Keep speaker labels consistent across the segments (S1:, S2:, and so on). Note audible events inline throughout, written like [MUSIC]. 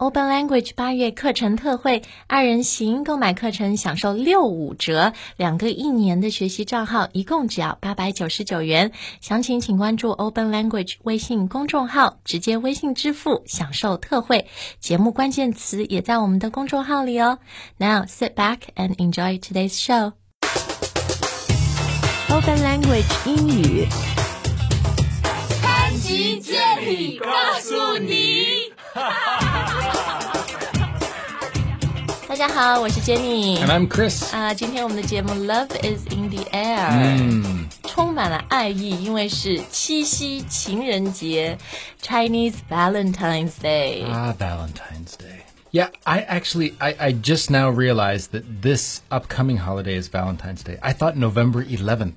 S1: Open Language 八月课程特惠，二人行购买课程享受六五折，两个一年的学习账号一共只要八百九十九元。详情请关注 Open Language 微信公众号，直接微信支付享受特惠。节目关键词也在我们的公众号里哦。Now sit back and enjoy today's show. Open Language 英语。
S2: 集见你，告诉你。
S1: [LAUGHS] 大家好，我是 Jenny。
S3: And I'm Chris.
S1: 啊、今天我们的节目《Love Is in the Air》充满了爱意，因为是七夕情人节 （Chinese Valentine's Day）。
S3: Ah, Valentine's Day. Yeah, I actually, I, I just now realized that this upcoming holiday is Valentine's Day. I thought November 11th.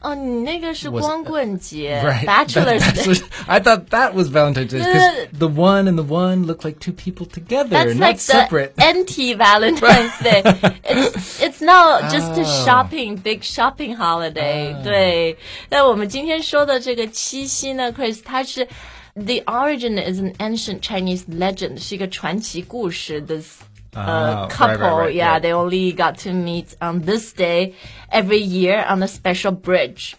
S1: 哦，你那个是
S3: Was-
S1: 光棍节
S3: Right. [LAUGHS]
S1: （Bachelor's
S3: That- that's
S1: Day）。
S3: what- I thought that was Valentine's Day
S1: No, no,
S3: because the one and the one look like two people together,
S1: That's
S3: not
S1: like
S3: separate. [LAUGHS]
S1: the anti-Valentine's Day. it's it's now just a
S3: Oh.
S1: shopping, big shopping holiday. 对，那我们今天说的这个七夕呢，Chris，它是 the origin is an ancient Chinese legend，是一个传奇故事。This 呃、
S3: Oh, right,
S1: couple,
S3: right, right,
S1: yeah,
S3: right.
S1: they only got to meet on this day every year on a special bridge.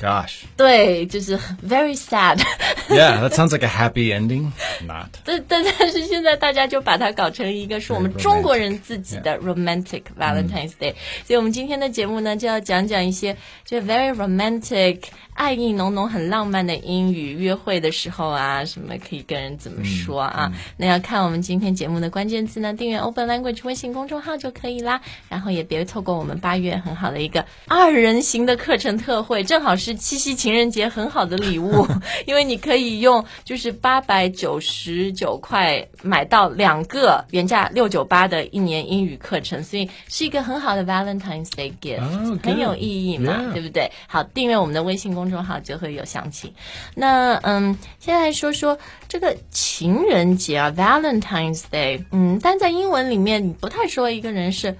S3: Gosh.
S1: 对，就是 very sad. [LAUGHS]
S3: Yeah, that sounds like a happy ending. Not.
S1: 但但但是现在大家就把它搞成一个是我们
S3: Very romantic，
S1: 中国人自己的 romantic Valentine's Day，、所以我们今天的节目呢就要讲讲一些就 very romantic 爱意浓浓、很浪漫的英语约会的时候啊，什么可以跟人怎么说啊？那要看我们今天节目的关键字呢，订阅 Open Language 微信公众号就可以啦。然后也别错过我们八月很好的一个二人行的课程特惠，正好是七夕情人节很好的礼物， [LAUGHS] 因为你可以用就是八百九十九块买到两个原价六九八的一年英语课程，所以是一个很好的 Valentine's Day gift，、
S3: Oh,
S1: 很有
S3: good.
S1: 意义嘛
S3: Yeah.
S1: 对不对？好，订阅我们的微信公众号就会有详情。那嗯，现在说说这个情人节啊，Valentine's Day，嗯，但在英文里面你不太说一个人是。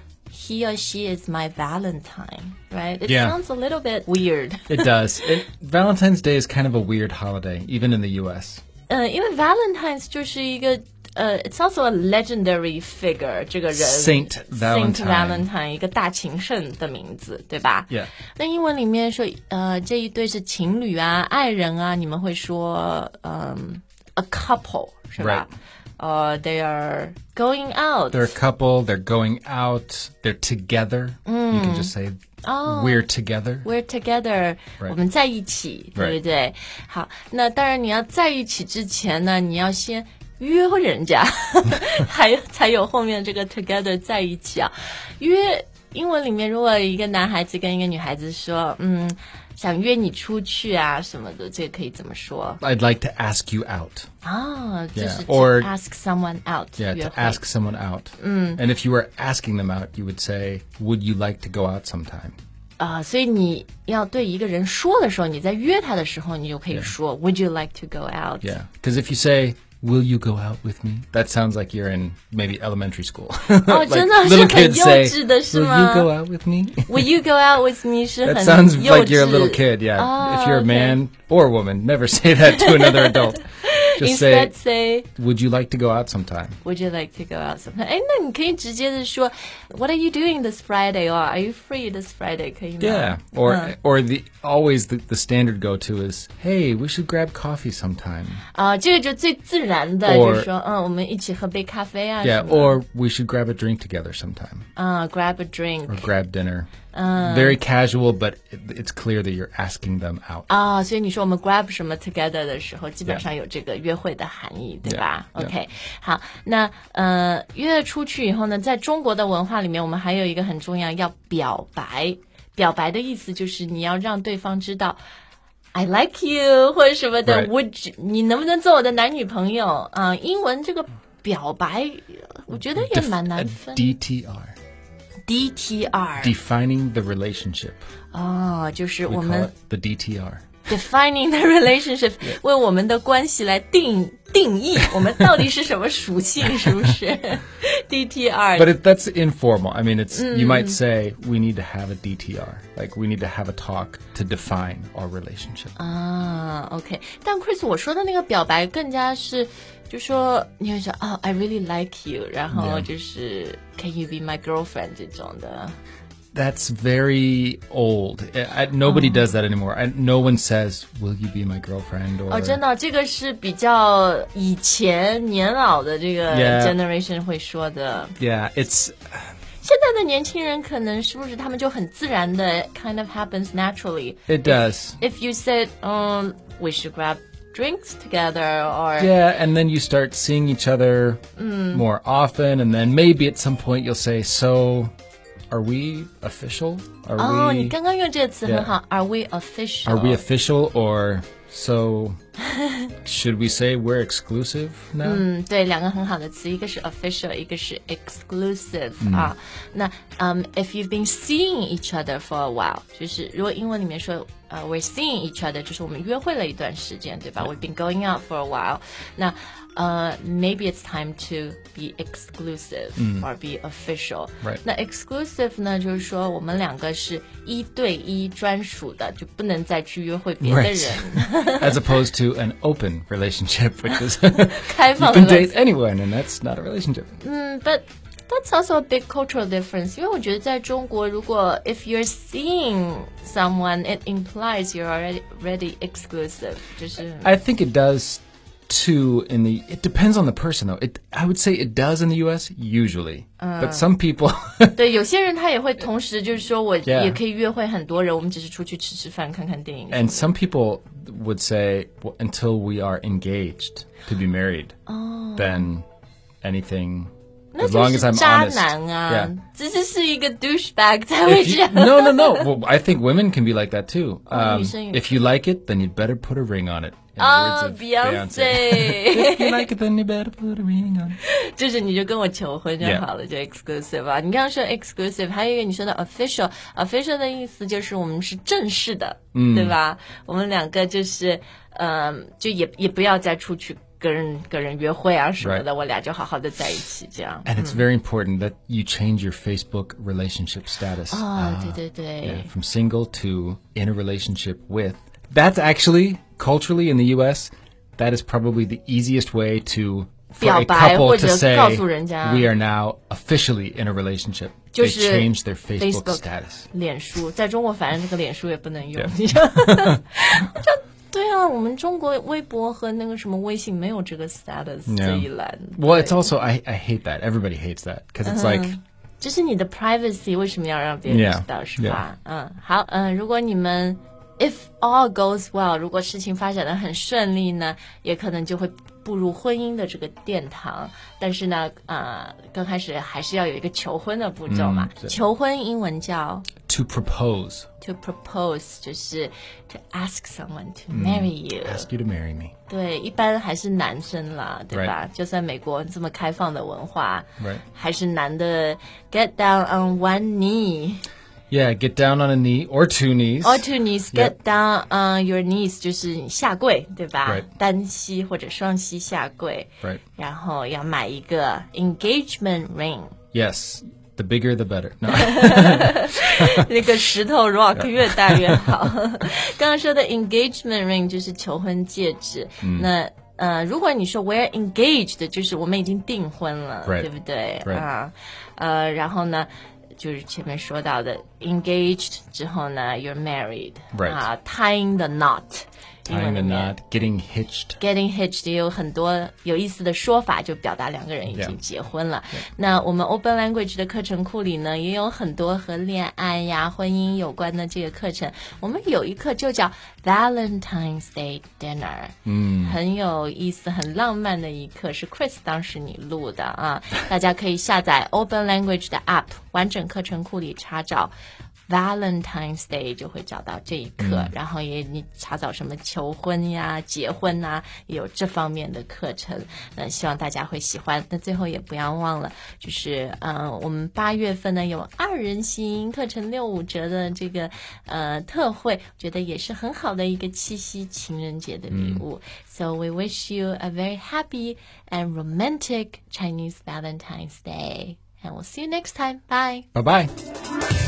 S1: He or she is my Valentine, right? It
S3: Yeah.
S1: sounds a little bit weird.
S3: It does. It, Valentine's Day is kind of a weird holiday, even in the U.S.
S1: 呃，因为 Valentine's 就是一个呃，it's also a legendary figure 这个人
S3: Saint
S1: Saint
S3: Valentine
S1: Valentine 一个大情圣的名字，对吧
S3: Yeah.
S1: 那英文里面说呃这一对是情侣啊、爱人啊，你们会说嗯、a couple 是吧？呃、t h e y are going out，
S3: They're a couple, they're going out, they're together. You
S1: Mm.
S3: can just say,
S1: Oh.
S3: we're together.
S1: We're together，、
S3: Right.
S1: 我们在一起，对不对好，那当然你要在一起之前呢，你要先约会人
S3: [LAUGHS]
S1: 家，还有才有后面这个 together 在一起啊。约英文里面，如果一个男孩子跟一个女孩子说，嗯，想约你出去啊什么的，这个可以怎么说
S3: I'd like to ask you out.
S1: 啊？就是
S3: Yeah.
S1: to
S3: Or-
S1: ask someone out，
S3: Yeah, Mm.
S1: 约会
S3: to ask someone out. And if you were asking them out, you would say, Would you like to go out sometime?
S1: 啊、所以你要对一个人说的时候，你在约他的时候，你就可以说 Would you like to go out？
S3: Yeah. Because if you say, Will you go out with me? That sounds like you're in maybe elementary school. [LAUGHS]
S1: Oh,
S3: Like,
S1: 真的是
S3: little kids say,
S1: 很幼稚的是
S3: Will
S1: 吗？
S3: you go out with [LAUGHS] me?
S1: Will you go out with me? 是
S3: That
S1: 很
S3: sounds
S1: 幼
S3: like you're Ah,
S1: 稚。
S3: a little kid, yeah. if you're a
S1: okay.
S3: man or a woman, [LAUGHS] never say that to another [LAUGHS] adult. Just say,
S1: Instead say,
S3: Would you like to go out sometime?
S1: Would you like to go out sometime? 哎，那你可以直接的说，What are you doing this Friday? Or Are you free this Friday? 可以吗
S3: Yeah, or or the always the, the standard go to is, hey, we should grab coffee sometime.
S1: 啊，Uh, 这个就最自然的，就
S3: Or-
S1: 是说，嗯，我们一起喝杯咖啡啊
S3: Yeah,
S1: 什么
S3: or we should grab a drink together sometime
S1: 啊，grab a drink
S3: or grab dinner. Very casual, but it, it's clear that you're asking them out.
S1: 啊，所以你说我们 grab 什么 together 的时候，基本上有这个约会的含义，对吧
S3: Yeah, yeah.
S1: OK，好，那呃，约出去以后呢，在中国的文化里面，我们还有一个很重要，要表白。表白的意思就是你要让对方知道。I like you，或者什么的
S3: Right.
S1: Would you, 你能不能做我的男女朋友啊、英文这个表白，我觉得也
S3: Def- 呃
S1: 蛮难
S3: a
S1: 分。
S3: DTR,
S1: DTR
S3: defining the relationship.
S1: 哦，就是我
S3: We
S1: 们
S3: call it the DTR.
S1: defining the relationship，为我们的关系来定定义，我们到底是什么属性，是不
S3: [LAUGHS]
S1: 是？DTR。
S3: But it, that's informal. I mean, it's you might say we need to have a DTR, like we need to have a talk to define our relationship.
S1: 啊，OK，但 Chris 我说的那个表白更加是就说你会说哦，I really like you，然后就是 Can you be my girlfriend 这种的。
S3: That's very old. I, I- nobody does that anymore. I, no one says, "Will you be my girlfriend?" Or
S1: 哦，真的，这个是比较以前年老的这个
S3: Yeah.
S1: generation 会说的。
S3: yeah, it's
S1: 现在的年轻人可能是不是他们就很自然的 kind of happens naturally。
S3: it does.
S1: If you said, um, we should grab drinks together or
S3: Yeah, and then you start seeing each other more often, and then maybe at some point you'll say, "So, are we official? Are
S1: 哦，Oh, 你
S3: we
S1: 刚刚用这个词很
S3: Yeah.
S1: 好。Are we official?
S3: are we official or so? should we say we're exclusive now?"
S1: 嗯，对，两个很好的词，一个是 official，一个是 exclusive、啊。那嗯、i f you've been seeing each other for a while，就是如果英文里面说呃、we're seeing each other，就是我们约会了一段时间，对吧？We've been going out for a while。那呃、m a y b e it's time to be exclusive、or be official。
S3: 嗯 Right
S1: 那 exclusive 呢，就是说我们两个是一对一专属的，就不能再去约会别的
S3: Right.
S1: 人
S3: As opposed to an open relationship, which is [LAUGHS] you
S1: 开放
S3: can
S1: 的类
S3: date anyone, and that's not a relationship.
S1: But that's also a big cultural difference. 因为我觉得在中国，如果 if you're seeing someone, it implies you're already already exclusive，就是。
S3: I think it does too in the it depends on the person though. It I would say it does in the US usually. but some people
S1: 对，有些人他也会同时就是说我
S3: Yeah.
S1: 也可以约会很多人，我们只是出去吃吃饭、看看电影。
S3: and some people would say well, until we are engaged to be married.
S1: Oh.
S3: Then anything as
S1: 就
S3: long
S1: 是
S3: as I'm
S1: 渣
S3: honest.
S1: 男啊
S3: Yeah.，
S1: 这就是一个 douchebag 才会这
S3: If
S1: [LAUGHS]
S3: you,
S1: 样。
S3: no, no, no. Well, I think women can be like that too. Um,
S1: saying-
S3: if you like it, then you'd better put a ring on it. In the words
S1: 啊
S3: of
S1: ，Beyonce，
S3: [LAUGHS] If you like it, then you better put a ring on it.
S1: 就是你就跟我求婚就
S3: Yeah.
S1: 好了，就 exclusive 啊。你刚刚说 exclusive，还有一个你说的 official，official 的意思就是我们是正式的，
S3: 嗯
S1: 对吧？我们两个就是，嗯、就也也不要再出去跟人跟人约会啊什么的
S3: Right.
S1: 我俩就好好的在一起这样。
S3: And it's very important that you change your Facebook relationship status.
S1: 啊、对对对
S3: Yeah, uh, from single to in a relationship with. That's actually culturally in the U.S. That is probably the easiest way to for
S1: 表
S3: a
S1: 白，
S3: couple to
S1: 或者
S3: say
S1: 告诉人家。
S3: we are now officially in a relationship.
S1: 就
S3: They
S1: 是
S3: change their Facebook,
S1: Facebook
S3: status.
S1: 脸书，在中国反正这个脸书也不能用
S3: Yeah.
S1: 你知道 [LAUGHS] 就对啊，我们中国微博和那个什么微信没有这个 status 这一栏。
S3: Well, it's also I, I hate that. Everybody hates that because it's
S1: Uh-huh.
S3: like
S1: 这是你的 privacy，为什么要让别人
S3: Yeah,
S1: 知道是吧嗯，好，嗯，如果你们 if all goes well，如果事情发展的很顺利呢，也可能就会步入婚姻的这个殿堂。但是呢，啊、刚开始还是要有一个求婚的步骤嘛。
S3: 是
S1: 求婚英文叫
S3: to propose,
S1: to propose，就是 to ask someone to
S3: 嗯
S1: marry you。
S3: ask you to marry me.
S1: 对，一般还是男生啦，对吧就算美国这么开放的文化
S3: Right
S1: 还是男的 get down on one knee
S3: Yeah, get down on a knee or two knees.
S1: or two knees, get
S3: Yep
S1: down on your knees，就是你下跪，对吧
S3: Right
S1: 单膝或者双膝下跪
S3: Right.
S1: 然后要买一个 engagement ring，
S3: Yes, the bigger the better.
S1: [LAUGHS]
S3: No.
S1: 那个石头 rock 越大越好。 [LAUGHS] 刚刚说的 engagement ring 就是求婚戒指，
S3: 嗯
S1: 那。呃，如果你说 we're engaged，就是我们已经订婚了
S3: Right.
S1: 对不对
S3: Right.
S1: 啊？呃，然后呢，就是前面说到的 engaged 之后呢，you're married，
S3: Right.
S1: 啊，tying the knot，英
S3: Tying
S1: 文
S3: the
S1: 里面
S3: knot, getting hitched.
S1: getting hitched 也有很多有意思的说法，就表达两个人已经
S3: Yeah.
S1: 结婚了。那我们 Open Language 的课程库里呢，也有很多和恋爱呀、婚姻有关的这个课程。我们有一课就叫 Valentine's Day Dinner，嗯，很有意思、很浪漫的一课，是 Chris 当时你录的啊。大家可以下载 Open Language 的 App，完整课程库里查找。Valentine's Day 就会找到这一课，然后也你查找什么求婚呀、结婚呐、也有这方面的课程。那希望大家会喜欢。那最后也不要忘了，就是嗯、呃我们八月份呢有二人行课程六五折的这个呃特惠，觉得也是很好的一个七夕情人节的礼物。So we wish you a very happy and romantic Chinese Valentine's Day, and we'll see you next time. Bye.
S3: Bye bye.